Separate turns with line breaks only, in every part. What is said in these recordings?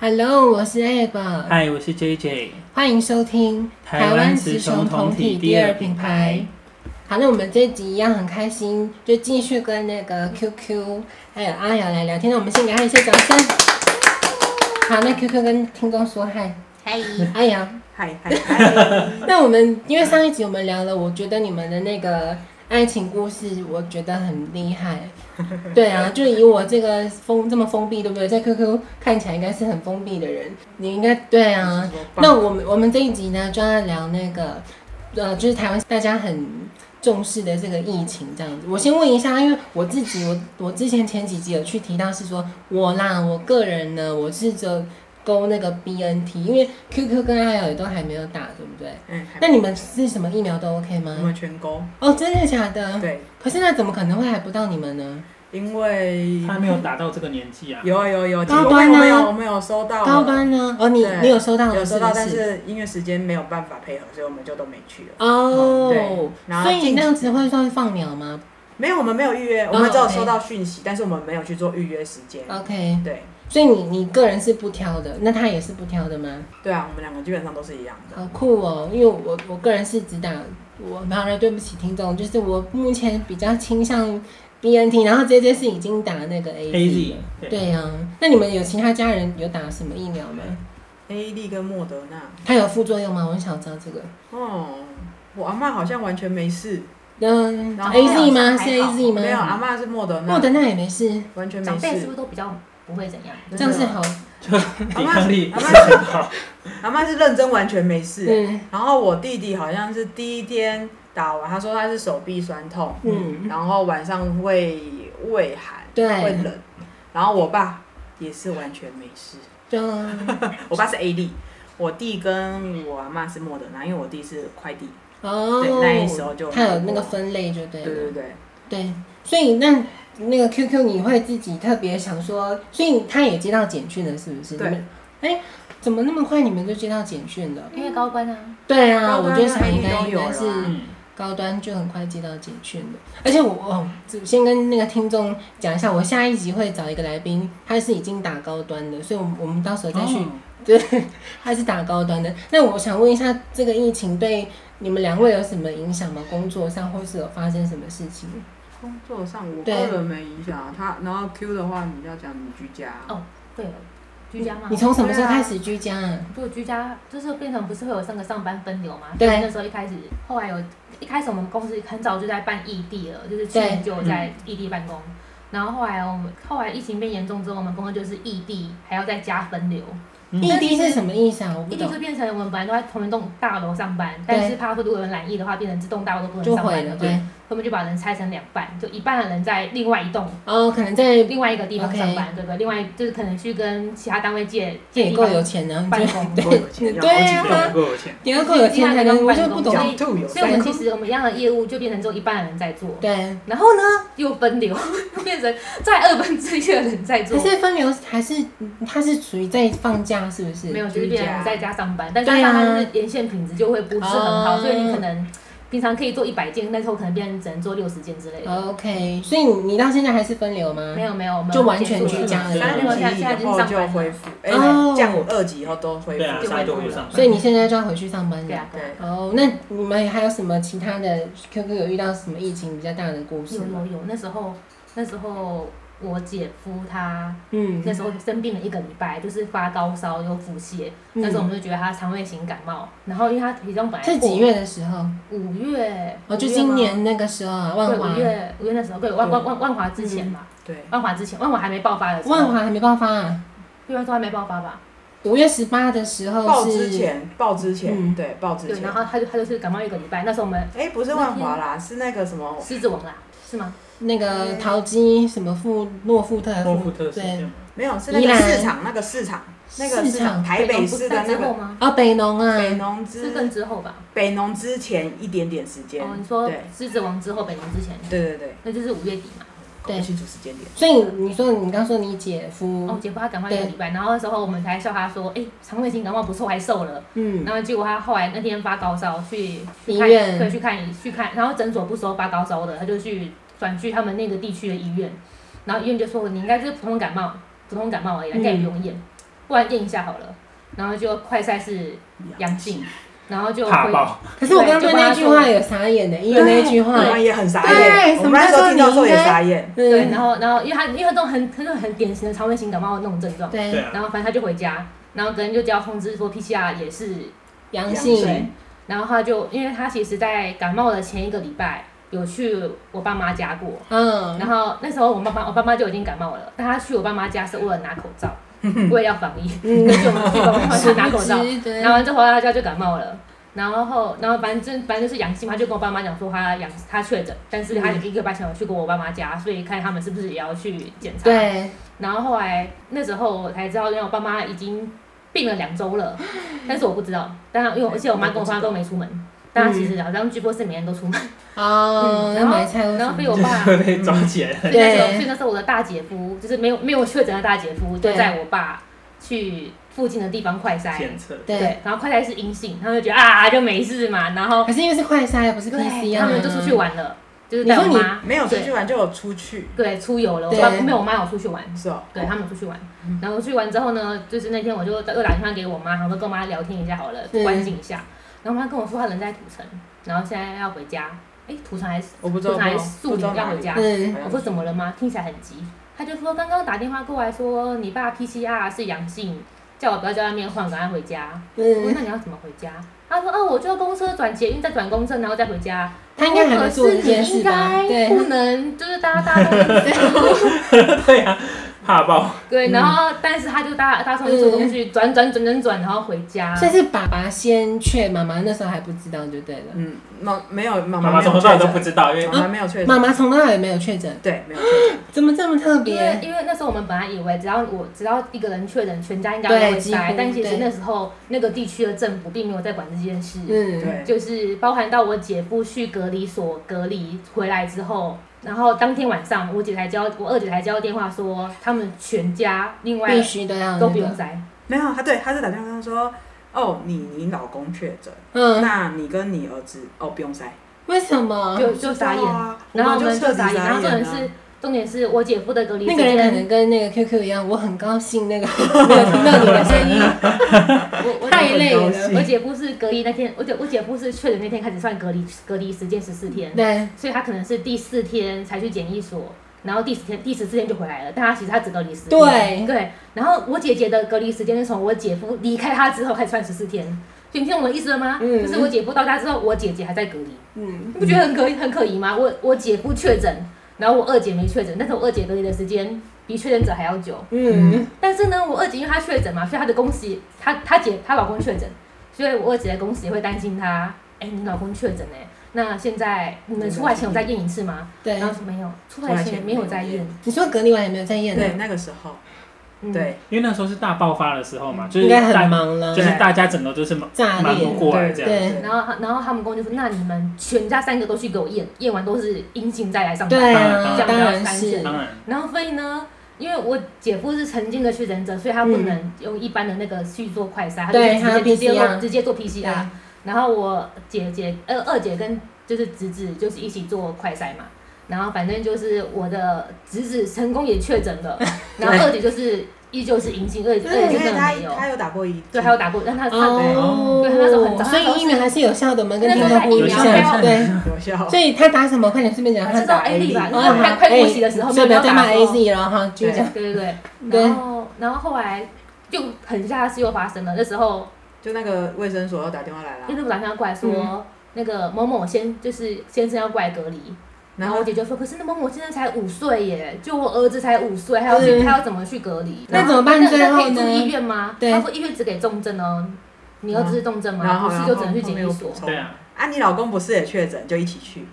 Hello，我是 Ab，
嗨，我是 JJ。
欢迎收听
台湾雌雄同体第二品牌。
好，那我们这一集一样很开心，就继续跟那个 QQ 还有阿瑶来聊天。那我们先给她一些掌声。好，那 QQ 跟听众说嗨，
嗨
阿瑶。
嗨嗨嗨！
那我们因为上一集我们聊了，我觉得你们的那个爱情故事，我觉得很厉害。对啊，就以我这个封这么封闭，对不对？在 QQ 看起来应该是很封闭的人，你应该对啊。那我们我们这一集呢，就要聊那个呃，就是台湾大家很重视的这个疫情这样子。我先问一下，因为我自己我我之前前几集有去提到是说我啦，我个人呢，我是这勾那个 BNT，因为 QQ 跟 IL 也都还没有打，对不对？
嗯，
那你们是什么疫苗都 OK
我
吗？
们全勾
哦，真的假的？
嗯对，
可是那怎么可能会还不到你们呢？
因为
他还没有达到这个年纪啊，
有啊有啊有啊，
高
我
端啊
们有没有我们有收到
高端呢？哦，你
对
你有收到了
有收到，
是不
但是因为时间没有办法配合，所以我们就都没去了。
哦
对，然后
所以
进
那样子会算放鸟吗
没有，我们没有预约，
哦哎
我们只有
OK
收到讯息，但是我们没有去做预约时间。
？OK，
对
所以你你个人是不挑的，那他也是不挑的吗？
对啊，我们两个基本上都是一样的。
好酷哦！因为我我个人是只打我，好了，对不起听众，就是我目前比较倾向 BNT，然后 JJ 是已经打那个 AZ
AZ
了。
对
对呀、那你们有其他家人有打什么疫苗吗？
A D 跟莫德纳，
它有副作用吗？我很想知道这个。
哦，我阿嬷好像完全没事。
嗯
然后
，A Z
好
吗？是
像还
A
好
Z 吗？
没有，啊阿嬷是莫德纳，
啊莫德纳也没事，
完全没
长辈是
事
不是。都比较不会怎样？
真
这
的
样是好。
抵抗力
阿
不
嬷
是很好。
阿嬷是认真完全没啊事。
嗯
然后我弟弟好像是第一天打完，他说他是手臂酸痛，
嗯，
然后晚上会畏寒，会
对，
冷。然后我爸也是完全没事，
就
我爸是 A D，我弟跟我阿妈是莫德纳，因为我弟是快递。对，那时
哦，
候就
它有那个，分类就对
对
了
对。对，
对，所以那那个 QQ 你会自己特别想说，所以他也接到简讯了，是不是？
对
你们。哎，怎么那么快你们就接到简讯了？
因为高官啊，
对啊，
高
我
端
就想应该
跟 AE 都
应
有了
该
啊
是
嗯，
高端就很快接到简讯了。而且我哦，只先跟那个听众讲一下，我下一集会找一个来宾，他是已经打高端的，所以我们我们到时候再去、
哦
对，他是打高端的。那我想问一下，这个疫情对你们两位有什么影响吗？工作上或是有发生什么事情？
工作上我
对
个人没影响啊。他然后 Q 的话，你要讲你居家啊，
哦会有居家吗
你？从什么时候开始居家啊？
做居家就是变成不是会有三个上班分流吗？
对
所以那时候一开始，后来有一开始我们公司很早就在办异地了，就是去年就有在异地办公。
嗯
然后后来我们后来疫情变严重之后，我们公司就是异地还要再加分流，
嗯
异地是什么意思啊？我不
异地
懂
就。变成我们本来都在同一栋大楼上班，但是怕说如果有人染疫的话，变成这栋大楼都不能
就
上
毁
班
了，
所以
对。
他们就把人拆成两半，就一半的人在另外一栋
哦，可能在
另外一个地方
OK
上班对不对？另外就是可能去跟其他单位借
也
借地
够
方
有钱啊然后
办
就
公。
够有钱，
对
要
啊
好几个
对，不够有钱。
你要够有钱才能，我就不懂。
讲吐有
所以我
三
们
口
其实我们一样的业务就变成只有一半的人在做，
对，
然后呢又分流，变成在二分之一的人在
可
做。
是分流还是嗯它是属于在放假，是不是？
没有，就是变成在家上班，但
对啊
是上班就是沿线品质就会不是很好，
哦
所以你可能平常可以做一百件，但是我可能变成只能做六十件之类的。
OK，所以你你到现在还是分流吗？哦
没有没有，我们
就完全
结束
居
了
家了
三
没有现在
级
现
以
在已经
后
上
就
班
恢
了，
复，哎
啊哦，
降五二级以后都恢
对啊，
复，
就
下一周又上班。
所以你现在就要回去上班
对啊
了。。
对，
哦，那你们还有什么其他的 QQ 有遇到什么疫情比较大的故事
有
吗？
有有，那时候那时候我姐夫他
嗯，
那时候生病了一个礼拜，就是发高烧又腹泻，
嗯
那时候我们就觉得他肠胃型感冒。然后因为他体重本来
是几？月的时候？
五月。
哦，就
五月
今
吗。
年那个时候啊，
对，
万华
五，月五月那时候，对万万万万华之前嘛，
对，
万华之前，万华还没爆发的时候，
万华还没爆发啊。
六月都还没爆发吧？
五月十八的时
报
候
之
是
前，报之
嗯
前，对，报之
对，
前
然。后他就他就是感冒一个礼拜，那时候我们
哎，不是万华啦，是那个什么，
狮子王啦，是吗？
那个淘机什么富诺富特
诺富特事
对
件，
没有，是那
宜
个
兰
市场，那个市场，那个
市
市
场
场，台北
不
市
是
的
在
那
之后
个
吗？
啊北农啊，
北农
是
之
更之后吧？
北农之前一点点时间
哦，，你说
对
狮子王之后，北农之前，
对对对，
那就是五月底嘛。
对
搞不清楚时间点。
所以你说你刚说你姐夫，
哦，结果他感冒一个礼拜，然后那时候我们才笑他说，哎、肠胃型感冒不错，还瘦了。
嗯，
然后结果他后来那天发高烧，去去
医
看
院
对，去看去看，然后诊所不收发高烧的，他就去转去他们那个地区的医院，然后医院就说你应该就是普通感冒，普通感冒而已，
嗯
应该也不用验。不然验一下好了。然后就快筛是阳性，然后就
怕
回
爆，
可是我刚刚对那句话有傻眼的，因为那句
我
话，
们也很傻
对
眼，我们那时候听到的时候也傻眼。
对，
嗯，
然后然后因为他因为他那种很那种很典型的肠胃型感冒那种症状，
对
对，
啊，
然后反正他就回家，然后隔天就接到通知说 PCR 也是
阳
对
性，，
然后他就因为他其实在感冒的前一个礼拜有去我爸妈家过，
嗯，
然后那时候我妈妈我爸妈就已经感冒了，但他去我爸妈家是为了拿口 罩，为了要防疫，
嗯
所以我们去我爸妈家拿口 罩，
知对
然后就回到家就感冒了。然后，然后反正反正就是阳性嘛，他就跟我爸妈讲说他阳他确诊，但是他一个礼拜前有去过我爸妈家，所以看他们是不是也要去检查。。
对，
然后后来那时候我才知道，因为我爸妈已经病了两 周了，但是我不知道。但因为我而且我妈跟我爸都没出门，
嗯
但其实好像据说是每天都出门。
哦，
嗯
那买菜都
然后被我
就
爸，嗯
是会被抓起来。
所以那时候
对
所以那时候我的大姐夫就是没有没有确诊的大姐夫，就
对
在我爸去附近的地方快筛。
检测，
对，，
然后快筛是阴性，他们就觉得啊就没事嘛，然后
可是因为是快筛，啊不是 PCR，
对，他们就出去，玩了，就是带我
你说嗯
妈
没有出去玩就有出去，
对出游了，我
对
爸没有我妈有出去玩，
是哦。
对他们出去玩，
嗯
然后出去玩之后呢，就是那天我就又打电话给我妈，然后跟我妈聊天一下好了，
嗯
关心一下，然后她跟我说她人在土城，然后现在要回家，哎，土城还是
我不知道
土城还是
不
树
知
林
道
要
哪
回
里。哎
家，
嗯，
我说怎么了吗？听起来很急，她就说刚刚打电话过来说你爸 PCR 是阳性，叫我不要在外面晃，赶快回家。我说
嗯，
哦那你要怎么回家？他说哦，我就公车转捷运，再转公车，然后再回家。
他应该还没做这件事吧
可是哦你应该
对
不能就是大家大家 都
对啊，怕爆，
嗯
对，然后但是他就搭搭乘运输工具转转转转转，然后回家。
所以是爸爸先确，妈妈那时候还不知道就对了，
嗯，妈没有妈
妈妈
没有嗯
从头到尾都不
确
知道，因
诊
为
妈妈没有确诊，
妈妈从头到尾没有确诊，
对没有确诊，
怎么这么特
因为
别？
因为那时候我们本来以为只要我只要一个人确诊，全家应该都会
对几乎
塞，但其实
对
那时候那个地区的政府并没有在管这件事。
嗯，
对，
就是包含到我姐夫去隔离所隔离回来之后，然后当天晚上我姐才接到我二姐才接到电话说他们全家另外
必须都要
都不用
那个
塞，
没有他对他是打电话跟他说，哦你你老公确诊，
嗯，
那你跟你儿子哦不用塞，
为什么？
就就傻眼。
啊，
然后我们
就彻
就
底
傻眼，然后重点
啊
是重点是我姐夫的隔离
那
时
个人可
间，
能跟那个 QQ 一样，我很高兴 那个没有听到你的声音，
我我
太累
我
了
很高。兴
我姐夫是隔离那天，我姐我姐夫是确诊那天开始算隔离隔离时间十四天，
对，
所以他可能是第四天才去检疫所，然后第十天第十四天就回来了，但他其实他只隔离十
对
天。对，然后我姐姐的隔离时间是从我姐夫离开她之后开始算十四天，所以你听懂我的意思了吗？
嗯
就是我姐夫到家之后，我姐姐还在隔离，
嗯，
你不觉得很可很可疑吗？我我姐夫确诊，然后我二姐没确诊，但是我二姐隔离的时间比确诊者还要久。
嗯，
但是呢，我二姐因为她确诊嘛，所以她的公司也，她她姐她老公确诊，所以我二姐的公司也会担心她。哎、你老公确诊哎，那现在你们出来前有再验一次吗？
对
然。后说没有，出来前没有再验。
你说隔离完也没有再验啊
对
呢？
那个时候，
嗯，
对
因为那时候是大爆发的时候嘛，就是
应该很
大，
忙了
就，是大家整个都是忙
炸
忙不
裂。
过来这样。
对
然后然后他们公就说，那你们全家三个都去给我验，验完都是阴性再来上班。
对
当
啊，
然
当然
当
是
然
当然，
然后所以呢，因为我姐夫是曾经的确诊者，所以他不能用一般的那个去做快筛，他就
嗯对
是直接直
他
接
PCR
做直接做 PCR
对。
然后我姐姐呃二姐跟就是侄子就是一起做快筛嘛。然后反正就是我的侄子成功也确诊 了，然后二姐就是依旧是阴性，二姐二姐
因
真
为
的
他
没有，
他有打过一剂，
对，还有打过，但他他
哦
对那时候很早
所以疫苗还是有效的，我们跟
那时
听
候
众
还
呼吁一
有效
下，
有效
对。
有效，
所以他打什么？快点顺便讲，
他
他
知道
打
A 粒吧，
哦
那时候快快过期的时候，
所以不
没有
要再
打
骂
的时
A
候
Z 了哈，就这样。
对对对，
对
然后然后后来就很下事又发生了，那时候
就那个卫生所又打电话来了
因，为我打电话过来说、那个某某先就是先生要过来隔离，
然
然后
后
我姐就说，可是那某某先生才五岁耶，就我儿子才五岁，还要去、
嗯
他要怎么去隔离？
那
然后
怎么办
那
最后
那可以住
呢
医院吗？
对
他说医院只给重症哦，你儿子是重症
然
吗？
后
不是
然
就
后
只能去
后面
检疫
又
所
补。充
对啊，
啊，你老公不是也确诊，就一起去。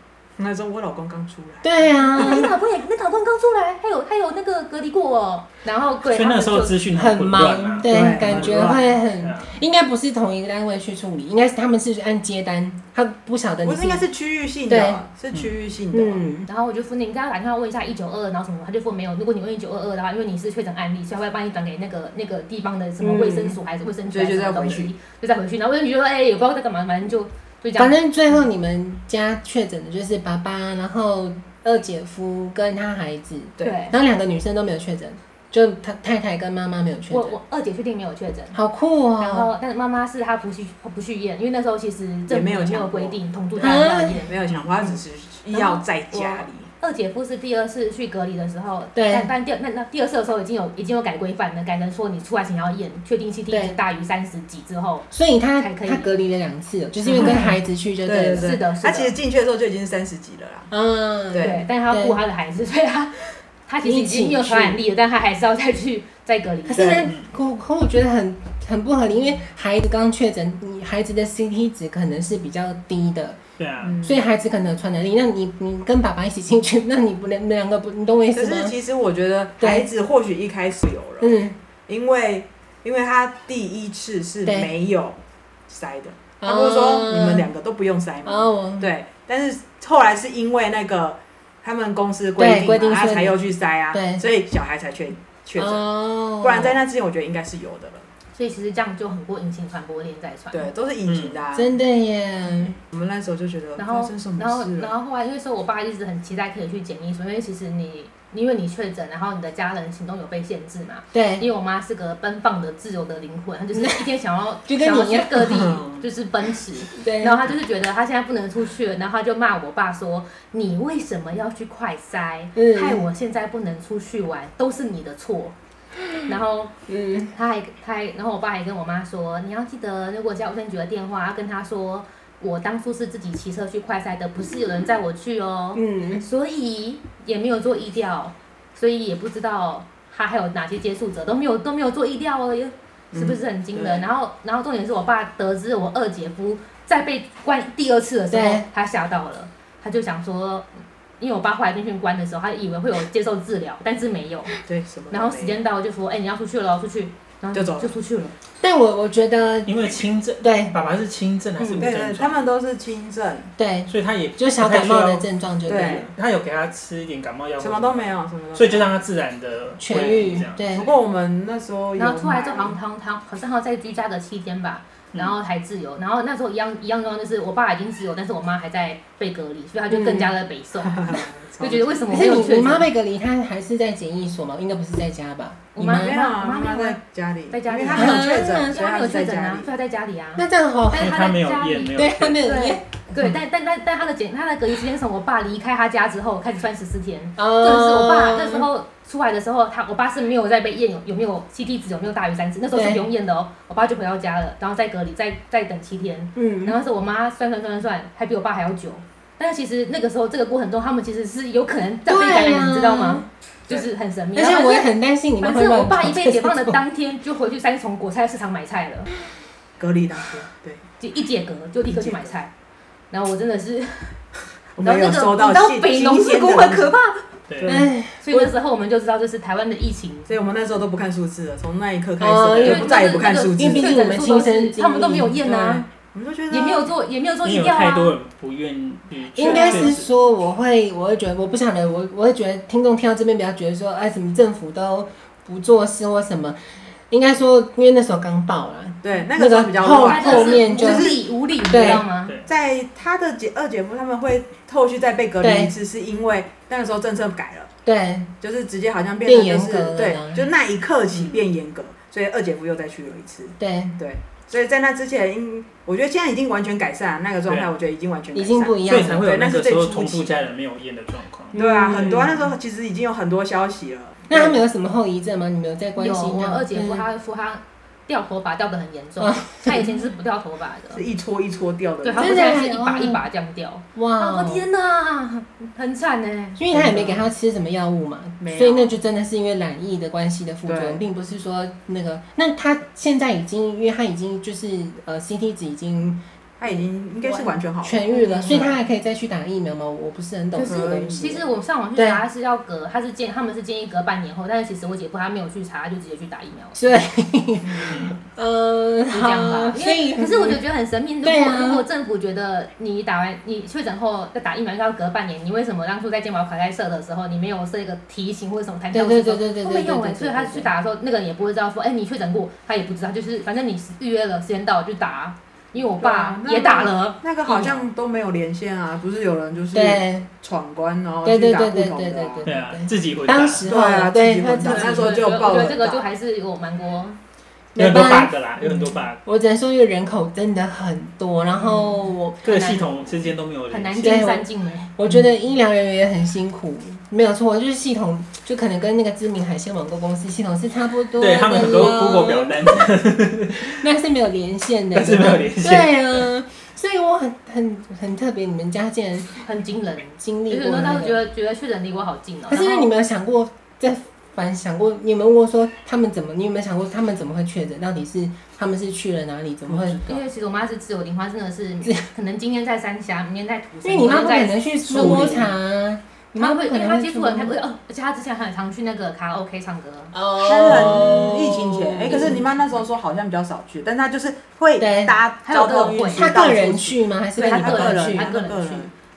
那时候我老公刚出来，
对
啊
啊，
你老公也，你老公刚出来，他有他有那个隔离过哦，然后
所
对，
以
他
那
们
时候
就
资讯
很
混乱
忙，
啊。
对
对，
感觉
很乱
会
对
很，
啊
应该不是同一个单位去处理，应该是他们是按接单，他不晓得
不
你
是应该是区域性的，是区域性的。
嗯，
然后我就说你应该打电话问一下一九二二，然后什么，他就说没有。如果你问一九二二的话，因为你是确诊案例，所以他会帮你转给那个那个地方的什么卫生署还是卫生局
嗯
所以就
还是什么
再回
东
去
西，就再回去。然后卫生局就说哎、也不知道在干嘛，反正就就这
反
样。
正最后你们家确诊的就是爸爸，然后二姐夫跟他孩子，
对
对
然后两个女生都没有确诊，就他太太跟妈妈没有确
我
诊，
我二姐确定没有确诊，
好酷哦！
然后但是妈妈是她不去不去验，因为那时候其实
也
政府
没有
也没
讲
有
过
规定同住家人要验。
没有强迫，他只是
嗯
要在家里。
二姐夫是第二次去隔离的时候，
对
但但第二那那第二次的时候已经有已经有改规范了，改成说你出来前要验，确定 CT
对
值大于三十几之后，
所以他
还可以嗯
他隔离了两次，哦就是因为跟孩子去就对
对
了。
对
是的，是
他
的，
其实进去的时候就已经三十几了啦。
嗯，
对
对，但是他要顾他的孩子，所以 他他其实已经有传染力了，但他还是要再去再隔离
可。是呢，可可我觉得很很不合理，因为孩子刚确诊，你孩子的 CT 值可能是比较低的，
对啊，
嗯
所以孩子可能有传染力。那你你跟爸爸一起进去， 那你不能两个不，你懂我
哎
意
可
思
是
吗？
其实我觉得
对
孩子或许一开始有了，
嗯，
因为因为他第一次是
对
没有筛的，他不是说
哦
你们两个都不用筛吗？
哦，
对，但是后来是因为那个他们公司规
对规
定
定
嘛，他
确诊
才又去筛啊，
对
所以小孩才确确诊，
哦，
不然在那之前我觉得应该是有的了。
所以其实这样就很过隐形传播链在传。
对，都是隐形的、啊。
真的耶，
我们那时候就觉得
嗯然后
发生什么
然后
事，啊
然
了？
后后来因为说，我爸一直很期待可以去检疫所，因为其实你因为你确诊，然后你的家人行动有被限制嘛。
对，
因为我妈是个奔放的自由的灵魂，她就是一天想要
就跟你一样
想要去各地就是奔驰，
对，
然后她就是觉得她现在不能出去了，然后她就骂我爸说：“你为什么要去快筛？
嗯
害我现在不能出去玩，都是你的错。”然后
嗯，
他还他还，然后我爸还跟我妈说，你要记得，如果叫卫生局的电话，要跟他说，我当初是自己骑车去快筛的，不是有人载我去哦，
嗯，
所以也没有做医调，所以也不知道他还有哪些接触者都没有都没有做医调哦，是不是很惊人？
嗯对
然后然后重点是我爸得知我二姐夫在被关第二次的时候
对，
他吓到了，他就想说。因为我爸后来进去关的时候，他以为会有接受治疗，但是没有。
对什么都没有？
然后时间到就说，哎、你要出去了，出去，然后
就走了
就出去了。
但我我觉得，
因为轻症，哎
对
爸爸是轻症还是无
嗯对对，
症
他
状，
们都是轻症，
对，
所以他也
就小感冒的症状就
对
对了，
他有给他吃一点感冒药，
什么都没有，什么都没有
所以就让他自然的
痊愈
这样，。
对
不，过我们那时候有
然后出来之后好像
买
好像好像好像还要再居家个七天吧，
嗯
然后才自由。然后那时候一样一样状况就是，我爸已经自由，但是我妈还在被隔离，所以他就更加的北
嗯
宋，就觉得为什么
可
我没
是
有
你
确
你妈
诊？
被隔离，她还是在检疫所吗？应该不是在家吧？
我
你
妈
妈
没有啊，妈妈在家里，
在家里
因为她没有确
啊
诊，
因
所以
为他
她
没有
是
确
在
诊
家
啊，所以
里。
他在家里啊。
那这样好，
但
因为
是
他
在
没有
家
验，
里
没有
对 她没有
对
验，
对，但但但但他的检他的隔离时间是从我爸离开他家之后开始算十四天，
哦
这是我爸那时候出来的时候，他我爸是没有在被验有有没有 CT 值有没有大于三十，那时候是
对
不用验的哦。我爸就回到家了，然后再隔离，再再等七天。
嗯，
然后是我妈算算算算算，还比我爸还要久。但是其实那个时候这个过程中，他们其实是有可能在被感
对
染，
啊
你知道吗？就
对
是很神秘。
而
然
且
后
我也很担心你妈
反
会
正
乱
我爸
搞
一被解
这
放的
种
当天就回去三重果菜市场买菜了，
隔离当天，对，
就一解隔就立刻去买菜。然后我真的是，
我
然
们
后
有
那
收
个
到
你知道
新
北农
新
自
鲜的
工
东
很
西
可怕，
对，
哎，
所以那时候我们就知道这是台湾的疫情。
所以我们那时候都不看数字了，从那一刻开始，
哦
我
因为
们就再也不看数字
因为毕
了，
竟我们亲身经历
他们都没有验啊，
我们就觉得
也没有做，也没有做
因为
疫
有
调
太
啊。
多人不愿意，
应该是说我会，我会觉得我不晓得，我我会觉得听众听到这边比较觉得说，哎，什么政府都不做事或什么，应该说因为那时候刚爆啦，
对那个时候比较
那个
乱
他。就是
后面就
无理无理，你知道吗？
对
在他的姐二姐夫他们会后续再被隔离一次，是因为那个时候政策改了，
对，
就是直接好像变成
变
就
严格
是
了
对
呢，
就那一刻
嗯
起变严格，所以二姐夫又再去了一次。
对，
对，所以在那之前，应我觉得现在已经完全改善了，那个状态
对
我觉得已经完全改
已
善
经不
了。
一
所
样
以才
了。
会有那个时
对那
候
是最初
同
期
住家人没有验的状况。
对啊，
嗯
很多那时候其实已经有很多消息了。
那他们有什么后遗症吗？你们有嗯在关
有
心
我
吗？
二姐夫，他夫他掉头发掉的很严重，他以前是不掉头发
是
的，
一撮一撮掉的，
对，他
真
现
的
在是一把
哦
一把这样掉。
嗯哇
我，天哪，很惨呢。
因为他也没给他吃什么药物嘛，
没有
所以那就真的是因为染疫的关系的副作
对
用，并不是说那个。那他现在已经，因为他已经就是呃 CT 值已经
他已经应该是完全好了。
痊愈了，
嗯
所以他还可以再去打疫苗吗？我不是很懂
可
这个
是
东西。
其实我上网去
对
查，他是要隔，他是建他们是建议隔半年后，但是其实我姐夫他没有去查，他就直接去打疫苗了。
所以，嗯，
就这样吧
好，，
因
所以
为可是我就觉得很神秘。如果、
对啊
如果政府觉得你打完你确诊后再打疫苗要隔半年，你为什么当初在健保卡在设的时候你没有设一个提醒或者什么弹跳
对
系统
对对对对
都没有
对对
哎、
对
所以他去打的时候那个人也不会知道说哎、你确诊过，他也不知道，就是反正你是预约了时间到了就打啊、因为我
对
爸
啊那
也打了，
那个好像都没有连线啊，不是有人就是
对
闯关然后
对
去
对
打不
对
同
对
的
对
啊
对
对啊，自己回答。
当时候
对啊
的对
自己
他
混
自
打
己
那时候
的
就有
我
爆
觉
冷
得这个
打
就还是有蛮多
有
没
很多
办
bug
法，嗯
啦，有很多 bug，
我只能说，因为人口真的很多，然后我
各系统之间都没有
很
联
难
系。
尽善尽美。
我觉得医疗人员也很辛苦，没有错，就是系统就可能跟那个知名海鲜网购公司系统是差不多的
对
啦，
他们很多
哦
Google 表单，
那是没有连线的，
但是没有连线。
对啊，所以我很很很特别，你们家竟然
很惊人。
经
有
历
很
过、
多
那
当
个
时觉得觉得确诊离我好近哦、
可是
然
那
后
你们有想过在反想过，你有没有问过说他们怎么？你有没有想过他们怎么会确诊？到底是他们是去了哪里？怎么会？
因为其实我妈是自由灵，她真的是可能今天在三峡，明天在土
因
城，
为你妈
后
不可
天在
能去摸茶啊，你
她
妈不
不会，
可
因
能
为她
会
接
去
触
摸
人太不哦，而且她之前很常去那个卡拉 OK 唱歌，
哦
虽然疫情前，哎、可是你妈那时候说好像比较少去，但她就是会
对
搭
还
交
有个
通运
会
输
她
到
个
处
人，去吗？还是
对
跟
她
你爸
个
爸
人，
去
她？
她
个人去
个人，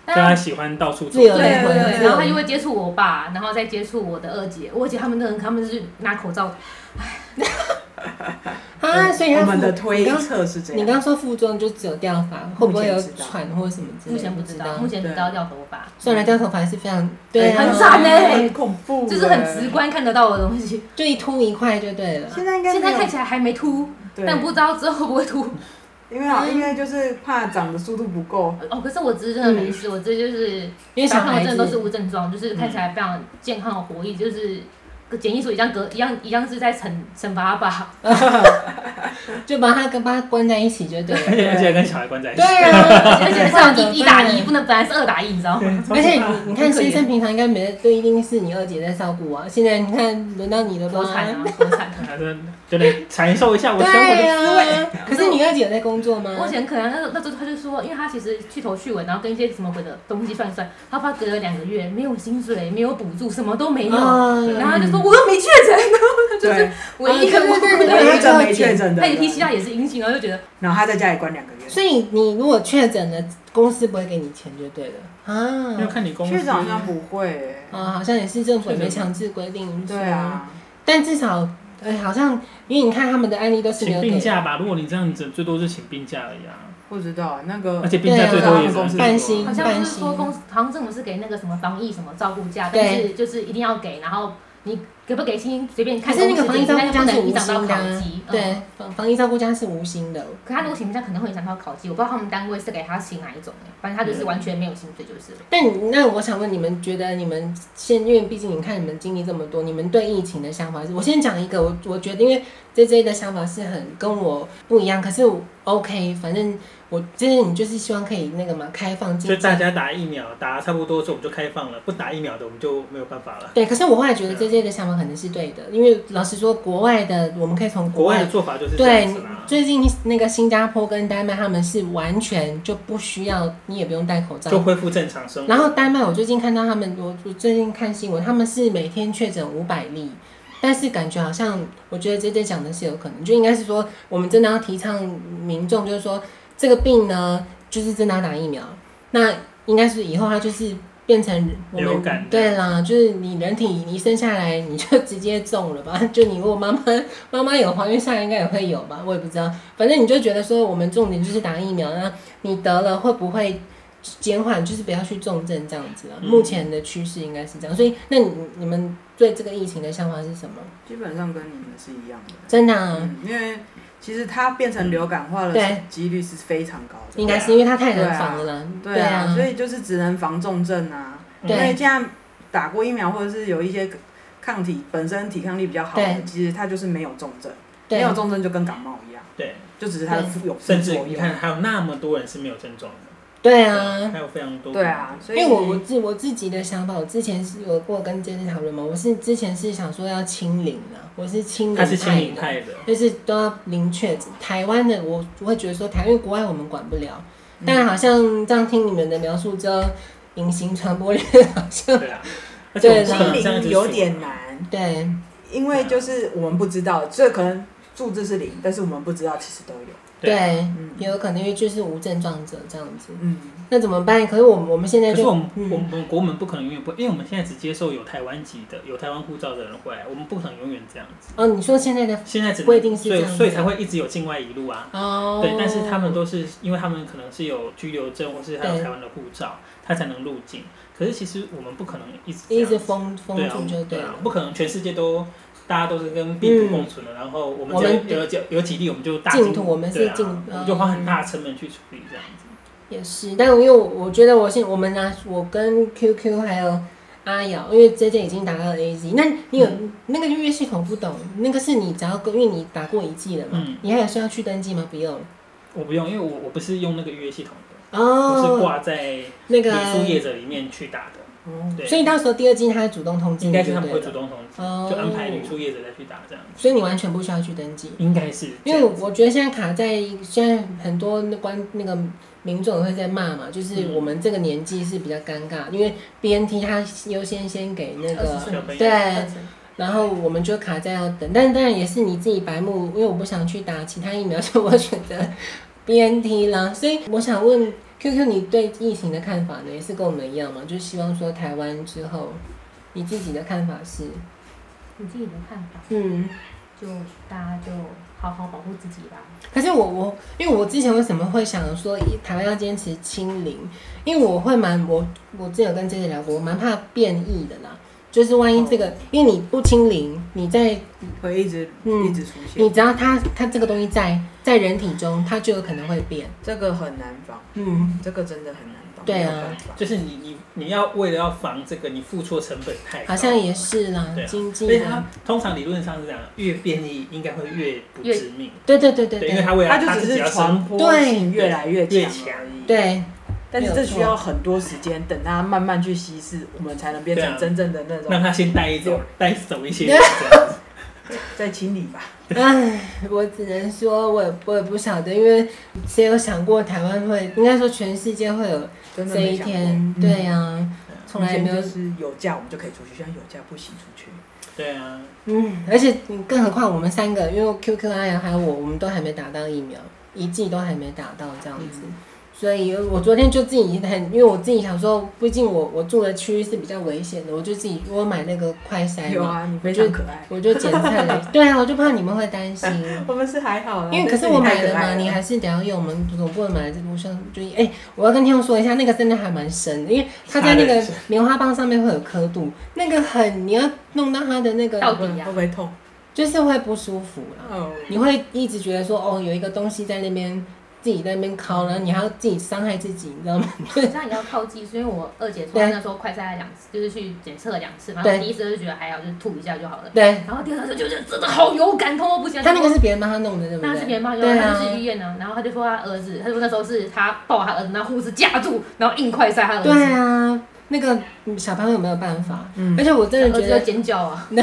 但他
啊
但
喜欢到处
自
走
由
对
的
对
婚，
对，然后她就会接触我爸，然后再接触我的二姐，我二姐他们的人，他们是拿口罩，
啊，所以她
我们的
附你
推
刚
测是这
你
样。
刚说副作用就只有掉发，会不会有
目前知道
喘或什么之类的？
目前不知道，目前只知道掉头发，
算了，掉头发还是非常对啊，
很惨欸
很恐怖、欸
就是很直。观看得到的东西。
就一秃一块就对了。
现在应该
现在看
起
起来还没秃，
对，
但不知道之后会不会秃。
因为啊，因为就是怕长的速度不够，
哦，可是我侄子真的
嗯
没事，我侄子就是
因为小
小朋
孩
友真
子
的都是无症状，就是看起来非常健康的活力，就是检疫所一样隔一样一样是在惩惩罚吧。
就把他跟把他关在一起就对了。
而且而且跟小孩关在一起。
对 啊，
而且
上
是要一一打一，不能本来是二打一，你知道吗？
而且你你看，
很可怜
先生平常应该没都一定是你二姐在照顾啊。现在你看轮到你了吧
多？惨啊，多惨！
还是就得感受一下我生活
对
的滋味。
啊，可是你二姐有在工作吗？
我以前可能那那时候他就说，因为他其实去头去尾，然后跟一些什么鬼的东西算一算，他怕隔了两个月没有薪水，没有补助，什么都没有，然
啊，
后他就说我又没确诊， 然后就是
对，
唯一一个
啊对对对
没
对
确
对
我
诊没确诊的
那
人，
个 PCR 也是阴性，然后就觉得
然后他在家里关两个月，
所以你如果确诊了，公司不会给你钱就对了
因为
啊。
看你公司
确诊好像不会、欸，
啊，好像也是政府也没强制规定。
对，啊，
但至少，哎，好像因为你看他们的案例都是没
请
有
病
给
假吧。如果你这样子，最多是请病假而已啊。
不知道那个
而且病假最多也是
对啊
半薪
好像是说公司，好像政府是给那个什么防疫什么照顾假，但
对
是就是一定要给，然后你给不给薪随便
可
看
是
公
那
司决
个
定。
防疫照顾家
但
是
是不能
无
影响到
薪的
考
啊
级，，
对
嗯。，
防防疫照顾家是无薪的。
可他如果请假，可能会影响到考级，我不知道他们单位是给他请哪一种，反正他就是完全没有薪水就是了。
但你那我想问你们，觉得你们现因为毕竟你看你们经历这么多，你们对疫情的想法是？我先讲一个，我我觉得因为 J J 的想法是很跟我不一样，可是我 OK，反正我就是你就是希望可以那个嘛，开放
就
经济
大。家打疫苗，打差不多之后我们就开放了，不打疫苗的我们就没有办法了。
对，可是我后来
啊
觉得 J J 的想法可能是对的，因为老实说，国外的我们可以从
国
国
外
外
的做法就是这样
对
子啦，。
最近那个新加坡跟丹麦他们是完全就不需要，你也不用戴口罩，
就恢复正常生活。
然后丹麦，我最近看到他们，我我最近看新闻，他们是每天确诊五百例，但是感觉好像，我觉得这点讲的是有可能，就应该是说，我们真的要提倡民众，就是说这个病呢，就是真的要打疫苗。那应该是以后它就是变成我
流
们
感
对啦，就是你人体你生下来你就直接中了吧？ 就你如果妈妈妈妈有怀孕下来应该也会有吧？我也不知道，反正你就觉得说我们重点就是打疫苗，那你得了会不会减缓？就是不要去重症这样子啊。
嗯
目前的趋势应该是这样，所以那你你们对这个疫情的想法是什么？
基本上跟你们是一样的。
真的、啊，
嗯，因为其实它变成流感化
对
的几率是非常高的。
应该是因为它太难防了啦，
啊对啊，所以就是只能防重症啊。
嗯
因为
对
现在打过疫苗或者是有一些抗体本身抵抗力比较好的
对，
其实它就是没有重症，没有
对
重症就跟感冒一样，
对，
就只是它的
对
副有副
甚至
作
你
用。
看还有那么多人是没有症状的，
对啊，
还有非常多。
对啊，，所
因
以
为我我自我自己的想法，我之前是有过跟杰森讨论嘛，我是之前是想说要清零啊，我是清零
他
派
是
的，
清零派的，
就是都要零确诊。台湾的我我会觉得说台，因为国外我们管不了，
嗯
但好像这样听你们的描述之后，隐形传播链好像
对啊。而且我们
对
不
对
能
清
这样子数
零有点难，
对
因为就是我们不知道，这可能数字是零，但是我们不知道其实都有。
对啊
对，
嗯
也有可能因为就是无症状者这样子，
嗯，
那怎么办？可是我们我们现在
可是
就
我们、
嗯
我们我们国门不可能永远不，因为我们现在只接受有台湾籍的、有台湾护照的人回来，我们不可能永远这样子。
哦，你说现在的
现在只能
规定是这
所以
样子啊
所以才会一直有境外一路啊。
哦，
对，但是他们都是因为他们可能是有居留证或是还有
对
台湾的护照，他才能入境。可是其实我们不可能一直这
一
样
直封封
对啊
住就对
对啊
了，，
不可能全世界都大家都是跟病毒共存的，然后我们这
我们
有有有几例我们就大
净土我们是
对啊
净
我们就花很大的成本去处理这样子。
也是。但我因为我我觉得我现我们呢、我跟 QQ 还有阿瑶，因为 JJ 已经打到了 AZ，那你有、
嗯
那个预约系统不懂，那个是你只要跟，因为你打过一剂了嘛，
嗯
你还有需要去登记吗？不用
我不用，因为我我不是用那个预约系统的，我是
哦，
挂在
那
旅
个，
宿业者里面去打的。
哦，
对，
所以到时候第二剂他会主动通知
应
你，
该是他们
对
会
了
主动通知，
哦
就安排旅宿业者再去打这样子。
所以你完全不需要去登记。
应该是这
因为
样子，
我觉得现在卡在现在很多那关那个民众会在骂嘛，就是
嗯
我们这个年纪是比较尴尬，因为 BNT 它优先先给那
二
个
十
小朋友
对，然后我们就卡在要等，但当然也是你自己白目，因为我不想去打其他疫苗，所以我选择 BNT 啦。所以我想问 QQ，你对疫情的看法呢，也是跟我们一样吗？就希望说台湾之后，你自己的看法是，
你自己的看法，
嗯，
就大家就好好保护自己吧。
可是我我，因为我之前为什么会想说一台湾要坚持清零？因为我会蛮我我之前有跟 J J 聊过，我蛮怕变异的啦。就是万一这个，因为你不清零，你在
会一直
嗯
一直出现
你，只要它它这个东西在在人体中，它就有可能会变。
这个很难防，
嗯，
这个真的很难防，
对啊
没有办法，
就是你你你要为了要防这个，你付出的成本太高，
好像也是啦
对，啊
经济
所以
的
它，通常理论上是这样，越变异应该会越不
越
致命，
对对对对
对，因为啊
对
它未来
它就只
自己
是
要
传
生，
播
对
性越来越
越
强
强
而已，，
对，
但是这需
没有
要很多时间，等它慢慢去稀释，我们才能变
对啊
成真正的那
让
种，
它先带走， 带走一些人这样子，
在清理吧，
唉，我只能说我也我也不晓得，因为谁有想过台湾会，应该说全世界会有
真的
这
没
一
想过
天？
嗯
对呀，从来也没有
以前就是有假我们就可以出去，现在有假不行出去。
对啊，
嗯，而且你更何况我们三个，因为 QQ、I 还有我，我们都还没打到疫苗，一剂都还没打到这样子。所以我昨天就自己很，因为我自己想说，毕竟我我住的区域是比较危险的，我就自己我买那个快筛
有
嘛，
啊，你非常可爱。
哎我就检测了。对啊，我就怕你们会担心，
我们是还好啦，
因为可
但
是
你
我
太
买
可
了
爱啊
嘛，你还是得要用，我们总不能买这路上就哎、我要跟听众说一下，那个真的还蛮深的，因为它在那
啥
个
人是
棉花棒上面会有刻度，那个很你要弄到它的那个
到
会
底呀
会不会痛？
就是会不舒服啦。
哦，
你会一直觉得说，哦，有一个东西在那边自己在那边敲，然后你还要自己伤害自己，你知道吗？
好像也要靠技术，因为我二姐说
对
她那时候快筛了两次，就是去检测了两次嘛。
对
然后第一次就觉得还好，就是吐一下就好了。
对，
然后第二次就觉得真的好有感，痛到不行。
他那个是别人帮他弄的，对不对？
那是别人帮他
对
他
啊
就，去医院呢、然后他就说他儿子，他就说那时候是他抱他儿子，然后护士架住，然后硬快塞他儿子，
对啊，那个小朋友没有办法，
嗯
而且我真
儿
的
子
觉
就
得，
尖叫啊，
尖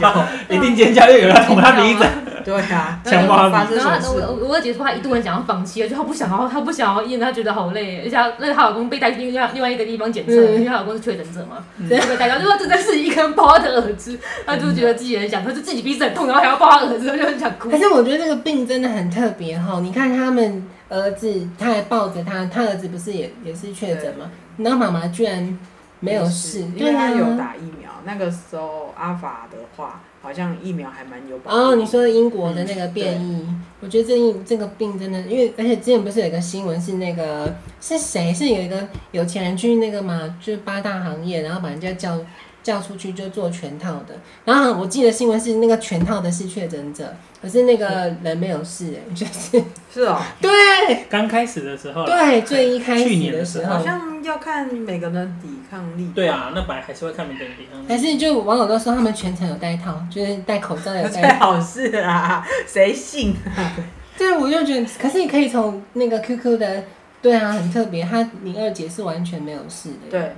哦
叫，
一定尖叫，因为有人要捅他鼻子，
对啊，
强暴他
发
鼻
生什么
然后他
事？
我我二姐说她一度很想要放弃，就她不想要，她不想要医院，她觉得好累，而且她那她老公被带去另外另外一个地方检测，
嗯
因为她老公是确诊者嘛，
嗯
就被带到，就说真的是一个人抱她的儿子，她就觉得自己很想，她就自己鼻子很痛，然后还要抱她儿子，她就很想哭
可。是我觉得这个病真的很特别哈。你看他们儿子，他还抱着他，他儿子不是也也是确诊吗？然后妈妈居然没有事，
因
对
为他
啊，
有打疫苗。那个时候阿法的话，好像疫苗还蛮有保护
哦，你说英国的那个变异，
嗯
我觉得这疫这个病真的，因为而且之前不是有一个新闻是那个是谁是有一个有钱人去那个嘛，就是八大行业，然后把人家叫叫出去就做全套的，然后我记得新闻是那个全套的是确诊者，可是那个人没有事、哎， 就是
是哦，
对
刚开始的时候啦，
对，啊最一开
去
始
年
的
的
时
时
候
好。像要看每个人的抵抗力。
对，啊，那本来还是会看别人鼻上，
还是就网友都说他们全程有戴套，就是戴口罩有戴
最好是啊， 谁信啊？
对，我就觉得，可是你可以从那个 QQ 的，对啊，很特别。他你二姐是完全没有事的，，
对，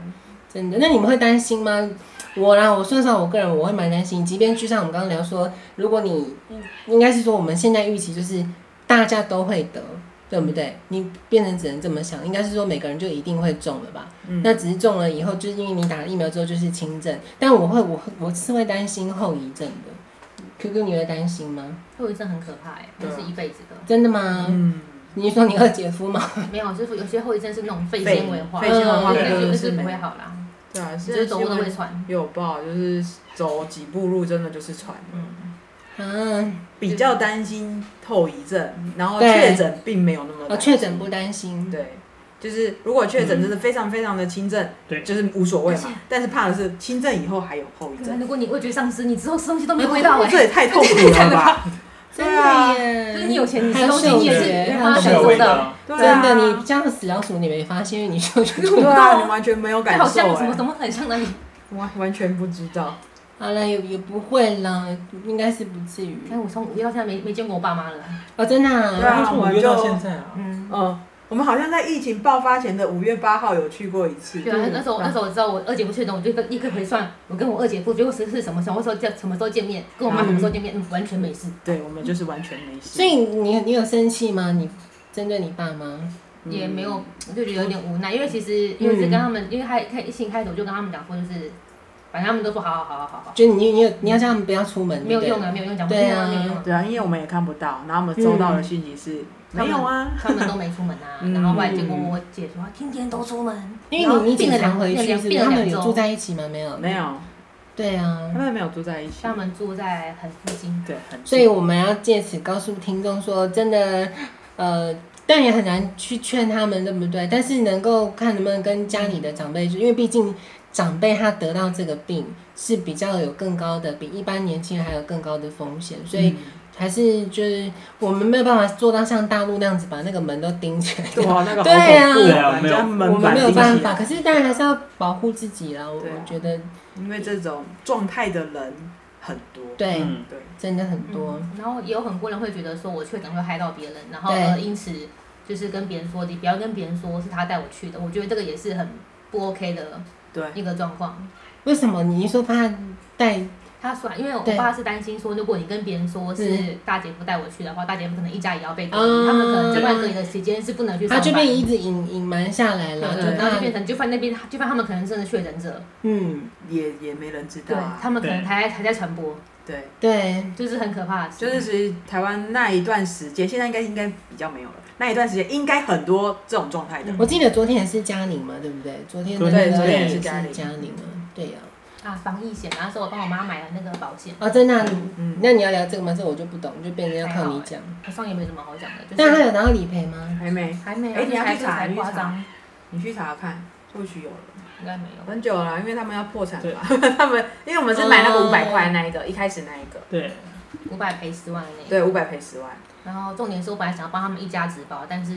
真的。那你们会担心吗？我啦，我说实话，我个人我会蛮担心。即便就像我们刚刚聊说，如果你应该是说我们现在预期就是大家都会得，对不对？
嗯
你变成只能这么想，应该是说每个人就一定会中了吧？
嗯
那只是中了以后，就是因为你打了疫苗之后就是轻症，但我会我会我是会担心后遗症的。 QQ 你会担心吗？
后遗症很可怕哎、
啊
那是一辈子的。
真的吗？
嗯，
你是说你二姐夫吗？
没有，就是有些后遗症是那种肺纤维化，
肺纤
嗯
维化
那
的
就
就是
是
没
不
有
会好啦，
对啊，
只
现在
是走路都
新闻
会传。
有报，就是走几步路真的就是喘，
嗯，
啊，
比较担心后遗症，然后
对
确诊并没有那么
我
担
哦确
心
诊不嗯担心。
对，就是如果确诊真的非常非常的轻症，
对
就是无所谓
而且
嘛。但是怕的是轻症以后还有后遗
对啊
症，哦
如果你味觉丧失，你之后吃东西都没味道哎、
这也太痛苦了吧？
真
对啊
的耶！
就是你有钱，你
还
吃
有
东西你也是
嗅觉
没
还
办
有
都
法
没
享
有
受
味
的。
道，
对
真
啊，
的，你这样死老鼠你没发现，因为你嗅觉
对
重。
啊，你完全没有感
好
受
像什么
哎
什，么很像那里，
完完全不知道。
好了，也也不会啦，应该是不至于。
哎，我从五月到现在没没见过我爸妈了。
哦，真的、
对啊
啊，
为什么
我
约到
就
现在啊？
嗯，
嗯，我们好像在疫情爆发前的五月八号有去过一次，
对啊，那时候那时候我知道我二姐夫确诊，我就立刻回算我跟我二姐夫结果是是什么时候见什么时候见面，跟我妈什么时候见面，嗯，完全没事，
对我们就是完全没事，
所以你你有生气吗？你针对你爸妈？
嗯
也没有，我就觉得有点无奈，因为其实因为是跟他们，因为开开疫情开头就跟他们讲说，就是反正他们都说好好好好好好，
就你你有你要叫他们不要出门，
没有
对不
用
对
啊，没有用，讲不听
对啊
啊，没有用啊，
对啊，因为我们也看不到，然后我们收到的信息是
嗯
没有啊，
他们都没出门 啊，
嗯
然后后来结果我姐说天天都出门，
因为你你
病
经
了
常
两
回去，
两
是不是？
病了
他们
两
有
周
住在一起吗？没有，
没。有，
对啊
他，们没有住在一起
他，们住在很附近，
对，很
所以我们要借此告诉听众说，真的，呃，但也很难去劝他们，对不对？但是能够看能不能跟家里的长辈，因为毕竟长辈他得到这个病是比较有更高的，比一般年轻人还有更高的风险，所以。还是就是我们没有办法做到像大陆那样子把那个门都钉起来，
对啊，那个好恐怖
对啊
对啊
人家
我
门
们
板
没有
钉
办
起
法。
来，
可是当然还是要保护自己啦，我
对啊
我觉得
因为这种状态的人很多，
对，
嗯，
对，
真的很多。
嗯然后也有很多人会觉得说我确诊会害到别人，然后
对
呃因此就是跟别人说你不要跟别人说是他带我去的，我觉得这个也是很不 OK 的
对，
一个状况。
为什么你一说怕带
他说，因为我
对
爸是担心说，如果你跟别人说是大姐夫带我去的话，大姐夫可能一家也要被隔
嗯
离，他们可能这段隔离的时间是不能去上
他
班。
就被一直隐隐瞒下来
对
了，
嗯对
就
对然后就
怕
变成就发现那边，就发现他们可能真的确诊者，
嗯，
也也没人知
对
道啊，
他们可能
对
还在还在传播，
对，
对，
就是很可怕的事。
就是其实台湾那一段时间，现在应该应该比较没有了，那一段时间应该很多这种状态的，
我记得昨天也是嘉玲嘛，对不对？昨天的那
对
个
昨天也
也
是
是
嘉玲
嘉玲啊，对呀、
啊，防疫险，然后说我帮我妈买了那个保险，
啊，真的啊、
嗯
那你要聊这个吗？这我就不懂，就变成要靠你讲。
好像也没什么好讲的，就
但他
是
有拿到理赔吗？
还没，
还没啊，
哎你要去
还是
查
才
你去
夸张，
你去查看，或许有了。
应该没有。
很久了啊，因为他们要破产
对
嘛， 他们因为我们是买那个
哦
五百块那一个，一开始那一个，
对，
五百赔十万那个。
对，五百赔十万，
然后重点是我本来想要帮他们一家子包，但是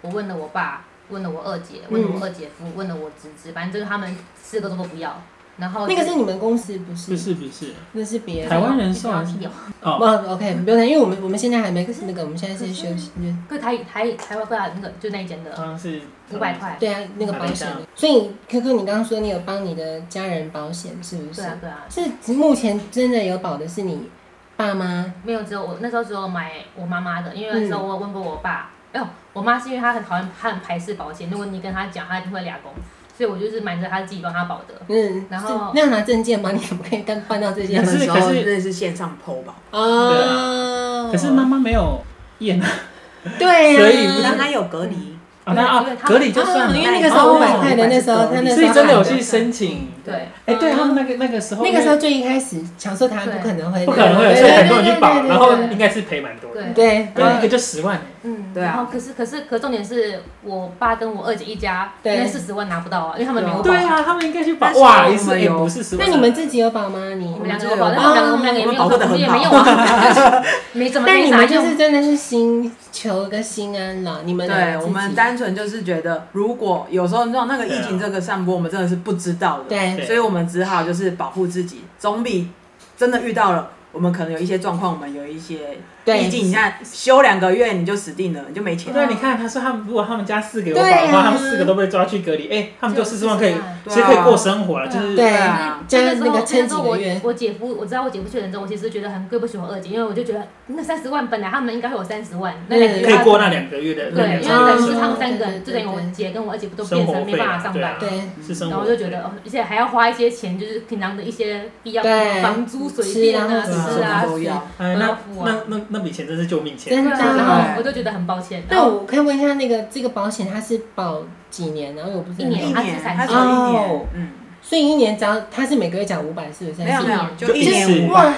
我问了我爸，问了我二姐，问了我二姐夫，问了我侄子，反正就是他们四个都都不要。然后
那个是你们公司不是？
不，是不是，
那是别
台
人。
湾人寿
寿
还是哦
不，，OK，不用担心，因为我们我们现在还没
可是
那个，我们现在是休息。
各台台台湾各啊大那个就那一间
好
的
像是
五百，块。
对啊，那个保险
还没
的。所以科科，你刚刚说你有帮你的家人保险，是不是
对？啊对啊，
是目前真的有保的是你爸妈
没有只有我那时候只有买我妈妈的，因为那时候我有问过我爸，哎呦，我妈是因为她很讨厌她很排斥保险，如果你跟她讲，她一定会俩公，所以我就是瞒着她自己帮她保的。
嗯，
然后
是那要拿证件吗？你怎么可以干办到这
可
件
是
事？
那时候
可是
真的是线上剖吧，
哦，
啊可是妈妈没有验啊，
对呀、
所以不是
让他有隔离，
啊那
因为
啊
他
隔离就
啊
算了，
因为那个时候
哦
五百块的那时候，他那时候
所以真的有
喊
去申请。
对，
哎，对他们那个那个时候，
那个时候最一开始想说他不可能会，
不可能会有，
对
所以
对
很多人去保，然后
对
应该是赔蛮多的。
对
对
对，
对
那个就十万，
嗯，
对啊
然后可是可是可重点是我爸跟我二姐一家
对
那四十万拿不到啊，因为他们没有保。
对啊，他们应该去保
但。是
哇，
我
一次
们
也
有
不是十
那
万。
你们自己有保吗？
我
你
们？两个有
啊
保，但是我们两
哦
个也没有，
我们保得
我
很
们也
好
没有啊，没怎么
但
没
你
啥
们就
用
是。真的是心求个心安了，你们
对
自己
我们单纯就是觉得，如果有时候你知道那个疫情
对
这个散播，我们真的是不知道的，
对
对
所以我们只好就是保护自己，总比真的遇到了，我们可能有一些状况，我们有一些
对
毕竟你看休两个月你就死定了，你就没钱了。
对，你看，他说他们如果他们家四个有宝
对啊
妈，他们四个都被抓去隔离，哎，他们就四十万可以
就40万，
其实可以过生活了，就
对啊
是
对
啊
就
那
是
时
那
候，
个
那
撑
时
几
候
个
我
月，
我姐夫，我知道我姐夫确诊之后，我其实觉得很对不起我二姐，因为我就觉得那三十万本来他们应该会有三十万，那两个月
可以
他
过那嗯两个月的那
对，
两
因
三
为
个
等于
月
是
的
他
生
们
活
三个人，
哦对对对
就等于我姐跟我二姐夫都
生
变
活
成
费
没办法上
对
班
啊。
对
是生活费，啊
然后我就觉得，哦而且还要花一些钱，就是平常的一些必要
对
房租、水电啊、
吃
啊
吃啊
什么都要，
哎，
都
那
要付啊
那那那笔钱真是救命钱
真，
对
的
啊，然
啊。
后我就觉得很抱歉。然
那
后
我可以问一下，那个这个保险它是保几年？然后我不是
一
很
年
懂
啊一
他是
年，
才
他只
哦
有一年，嗯，
所以一年只要它是每个月缴五百，是不是？
没有没有
一，年
就一
就一次
年五万，
哇，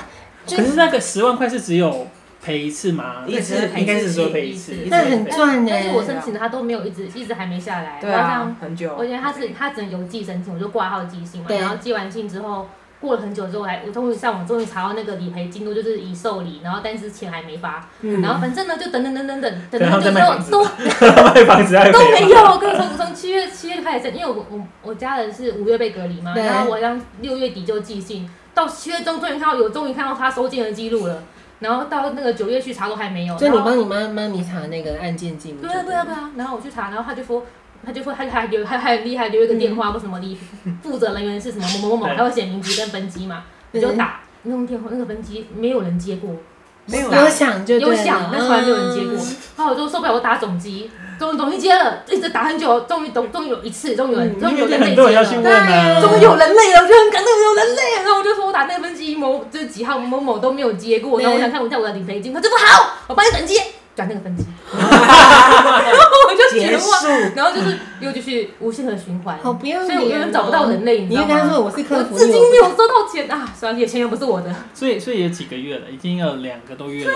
就
可是那个十万块是只有赔一次吗？
一次
应该是说赔
赔
一
一
次
次，
那很赚呢、
但是我申请的他都没有一直一直还没下来，
对
我好像
啊，很久
我。觉得他是他只能邮寄申请，我就挂号寄信嘛。
对
然后寄完信之后，过了很久之后，我哎还我终于上网，终于查到那个理赔进度就是已受理，然后但是钱还没发。
嗯
然后反正呢，就等等等等等等
然后
等
再
等
卖房
等
子
都
卖房 子还
都
赔
没
吗，
有。我跟你说，我从七月七月就开始申，因为我我我家人是五月被隔离嘛，
对
然后我让六月底就寄信，到七月中终于看到有，终于看到他收件的记录了。然后到那个九月去查都还没有。
就你
然后
帮你妈妈咪查那个案件记录，
对啊对啊对啊，然后我去查，然后他就说，他就说他还留他还很厉害，留一个电话或什么的，负责人员是什么某某某，
对
还会写名字跟分机嘛，
嗯
你就打那种电话那个分机没有人接过，
没
有
有啦
想就对嗯
有
了
响，但从来没有人接过，然后我就受不了，我打总机，终于总机接了，一直打很久，终于终终于有一次，终于有人终于
因
有
为
人
很
类
多
接
人要去问
了。
啊，
终于有人类了，我就很感动，有人类了。然后我就说，我打那个分机某就是几号某某都没有接过，然后我想看一下我的理赔金，他就说好，我帮你转接，转那个分机，然后我就绝
结
望，
束，
然后就是又继续无限的循环，
好不要
所
脸、
以
哦，
我永远找不到人类，你
你
知
就
道
跟他
吗？
说我是
我
客服，
至今没
你
有收到钱啊！算了，也钱又不是我的，
所以所以也几个月了，已经有两个多月了，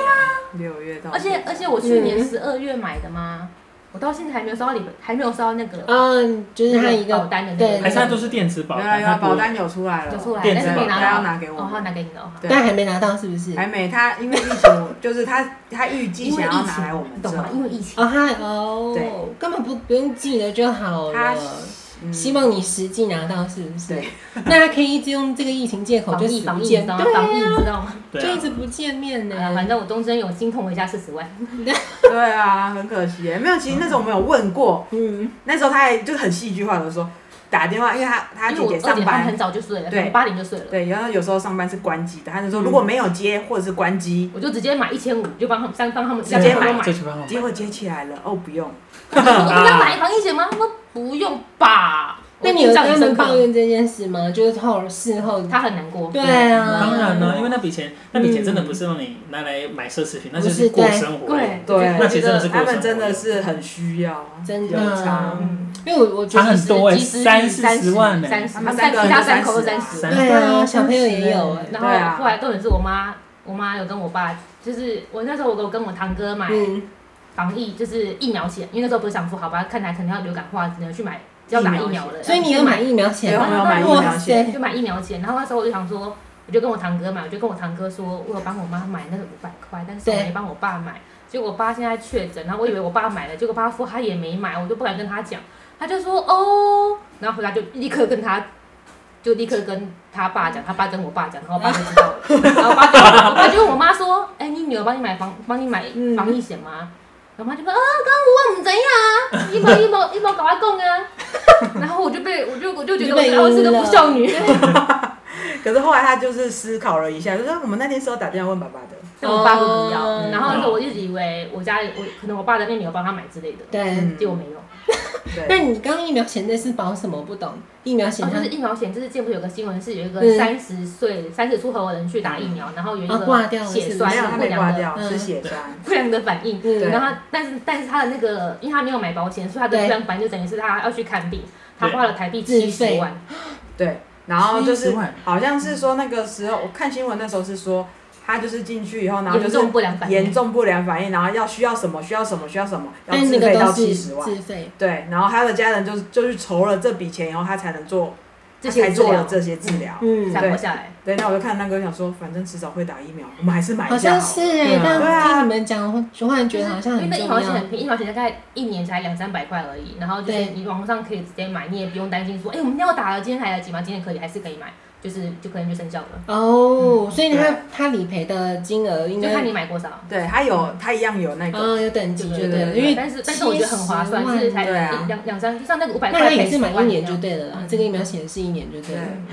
六月到，
而且而且我去年
嗯
十二月买的嘛，我到现在还没有收到礼，还没有收到那个
嗯，就是他一
保
个
单的那
对
个，
还是它都是电子保
有啦
单，
有啦，
它不
保单有出来了，
就出来，
电
但
子
是没
保
拿
单要
到，
拿给我
哦，他拿给你了，哦
对
但还没拿到，是不是？
还没他，因为疫情，就是他他预计
因为
想要
疫
拿来我
情，
们
懂吗？啊
这，
因为疫情，
哦嗨哦
对，
根本不不用记得就好
他
了。
嗯
希望你实际拿到，是不是
对？
那他可以一直用这个疫情借口，哦
防
就
疫
死
防
不
疫，你
见
知
面，
道吗？
对
防疫，
啊，
你知道吗？
对
就
啊
一直不见面呢
哎。呀反正我终身有心痛了一下四十万，
对啊，很可惜耶，没有。其实那时候我们有问过，
嗯，
那时候他还就很戏剧化的说打电话，因为他他
因为
姐
我
姐
二
上
姐她
班
很，早就睡了，
对
我八点就睡了。
对，然后有时候上班是关机的，他就
嗯
说如果没有接或者是关机，
我就直接买一千五，就帮他们帮他们
直接买
让他们
这去帮我买
结果接起来了，哦，不用，
我说要买防疫险吗？他说不用 吧。
那你有跟
我印象
他
很
们
深刻
抱怨这件事吗？就是后事后，
他很难过。
对啊，
当然了，因为那笔钱，那笔钱真的不是让你拿来买奢侈品，那就
不是
过
对
生活。
对
对
我
那
就
其实
觉
真的
得
是过
他
生活。
们真的是很需要，
真的
有差
嗯，
因为我我觉得
差很多哎，
其实
三四
三
十万呢。
三十，
他们三个
其
人
他
就
三口都
30
三
啊
十
三。
对啊，小朋友也有哎，
然
对啊
后后来重点是我妈，我妈有跟我爸，就是我那时候我跟我跟我堂哥买
嗯，
防疫，就是疫苗险，因为那时候不是想说，好吧，看来可能要流感化，只能去买要打疫苗了。
所以你有买疫苗险
有
吗？
没有买疫
哇
苗险？
塞，
就买疫苗钱，然后那时候我就想说，我就跟我堂哥买，我就跟我堂哥说，我有帮我妈买那个五百块，但是我
对
没帮我爸买。结果我爸现在确诊，然后我以为我爸买了，结果我爸说他也没买，我就不敢跟他讲，他就说哦，然后回来就立刻跟他，就立刻跟他爸讲，他爸跟我爸讲，然后我爸就知道了，然后我爸就我爸就问我妈说，哎、你女儿帮你买房帮你买
嗯
防疫险吗？然后我妈就说啊，刚刚我唔知啊，伊冇伊冇伊冇甲我讲啊，然后我就被我就我就觉得我是我是个不孝女，
可是后来他就是思考了一下，就说我们那天是有打电话问爸爸的，
但我爸会不要。
哦
然后那时候我一直以为我家里我可能我爸的妹妹有帮他买之类的，
对。
嗯
结果没有。
那
对，
你刚刚疫苗险那是保什么？不懂疫苗险
哦，
它
就是疫苗险，就是之前不是有个新闻是有一
嗯
个三十岁三十出头的人去打疫苗，然后有一
啊挂
个
掉了
血
是不
栓
是
没有
有
他
不
没
良
挂
的
掉，
嗯
是血栓，
不良的反应。
嗯
然后他但是但是他的那个，因为他没有买保险，所以他的
对
不良反应就等于是他要去看病，他
对
花了台币
自
七
费
十万，
对，然后就
70
是
万
好像是说那个时候我看新闻那时候是说他就是进去以后，然后就
严
是
重不良反应。
严重不良反应，然后要需要什么需要什么需要什么，
哦
要
但那
自
个
费到
都
七
是
十万。
自费，
对，然后他的家人就是就去筹了这笔钱以后，他才能做
这
才
些治
做了
疗
这些治疗。
嗯，
才活下来。
对，那我就看那个想说，反正迟早会打疫苗，我们还是买
好
一下
像
好
是
了。
哎、
对啊
但
对啊
听你们讲，我突然觉得好像
因为
很
那
重
疫苗险
要。
很便宜，疫苗险大概一年才两三百块而已。然后就是
对
你网上可以直接买，你也不用担心说，哎、我明天要打了，今天来得及吗？今天可以还是可以买，就是就可能就生效了，
哦，所以
嗯对
他他理赔的金额应
就
该
看你买多少。
对，它有，它一样有那个，
啊有等级就对了，
对
因为
但是但是我觉得很划算，
70
是才
对啊
一两两三，就像那个五百
那他
块
也
赔
是
十
满
万
一年
这
就
样
对了啦，这个疫苗险是一年就对
对
了。，
嗯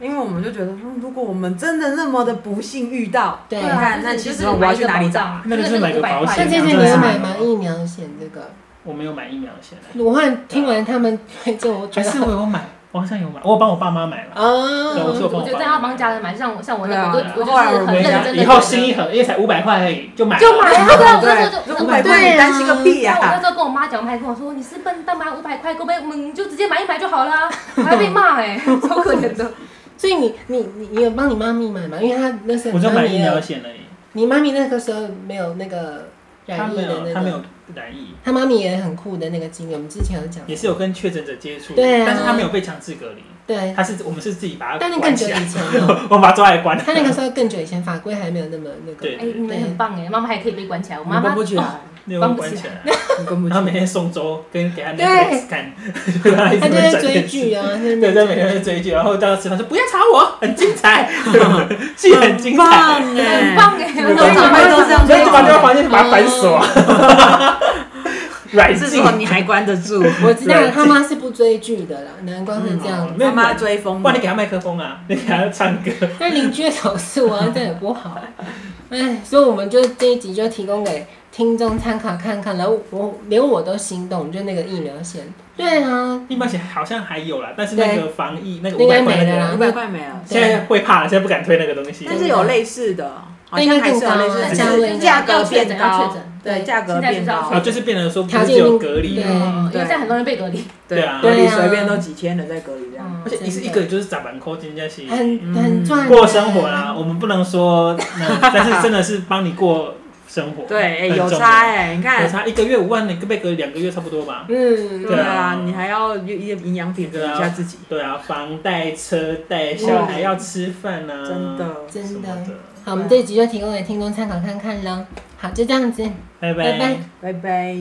因为我们就觉得，嗯如果我们真的那么的不幸遇到，
对
对
你
啊，
看
就是
那其
就
实
是
我要去哪里找？
那就是买个保
那
险
这次
这
你
样
有
子
买吗？疫苗险这个，
我没有买疫苗险，
我后来听完他们推荐，我觉
还
得
是我有买，我好像有买，我有帮我爸妈买了。对我是
哦，
有
我
帮爸妈
觉得真要帮家人买，像我像我那个，我
对
就
啊
我就
后来
是
我
很
回家
认真的，
以后心一横，因为才五百块而已，就买了
就买了，对啊，我那时候就
这五百块
对啊
你担心 个屁
然后我那
呀！
时候跟我妈讲，我妈还跟我说：“哦你是笨蛋吗？五百块够不够？我们就直接买一买就好 啦。”我还被骂哎、超可怜的。
所以你你你你有帮你妈咪买吗？因为她那时候
我就
你妈
买
咪
疫
也有
苗险而已。
你妈咪那个时候没有那个
他
染疫
没
的
有，
那
他没
个，
有染疫，
她妈咪也很酷的那个经历，我们之前有讲，
也是有跟确诊者接触，
对啊
但是他没有被强制隔离，
对，
他是我们是自己把
但
他
那更
关啊
久
起来，
以前了，
我把他抓来关。
她那个时候更久以前，法规还没有那么那个
对，
哎、你们很棒哎、妈妈还可以被关起来，我妈
我
妈
们关不起
哦
来，那个关起来，
你根本
然后每
就
天送粥跟给他
对
Netflix 看， 就让他一
她
直
就在
在转
追
电视
剧。啊，在那
对，
边
在每天在追剧，然后到吃饭说不要吵我，很精彩， 戏很精彩，
棒
很
哎，
棒哎、欸，
对
我长辈都这样
所以
对
就把这个房间把它反锁，
哦
软
这
禁
时。候你还关得住？
我知道他妈是不追剧的啦，难怪会这样。
没有
妈妈追风
不然
的
你，给他麦克风啊，你给他唱歌。
那邻居的手势，我这也不好。哎，所以我们就这一集就提供给听众参考看看。然后我连我都心动，就那个疫苗险。对啊，
疫苗险好像还有啦，但是那个防疫那个
应
五
该
百块
没
那
了
个
啦，
五百块没了，啊
现在会怕了，现在不敢推那个东西。
但是有类似的，好
但应
像
该
还
更
是有类
高啊
似，
价位
的，
应该
价格
要确诊
变
要
高
确诊，
对，价格变
现
高
在
啊，
是，
就是变成说不
条
是
件
只有隔离
对，
嗯，因为
对
现在很多人被隔离，
对啊
隔离
对啊
随便都几千人在隔离这样。
嗯
而，且一是一个就是砸板扣，人家是
很很赚、
嗯
啊
过生活啦。。我们不能说，那 但是真的是帮你过生活，
对，哎
很
有
重要啊
差哎，你
有
看，
差一个月五万，你被隔离两个月差不多吧？
嗯，
对
对啊
啊，你还要一些营养品补一下自己，
对啊，房贷、车贷，小孩要吃饭啊，
真的。
什
真
么
的。
的，
好，我们这一集就提供给听众参考看看啦。好，就这样子，
拜
拜拜。
拜拜。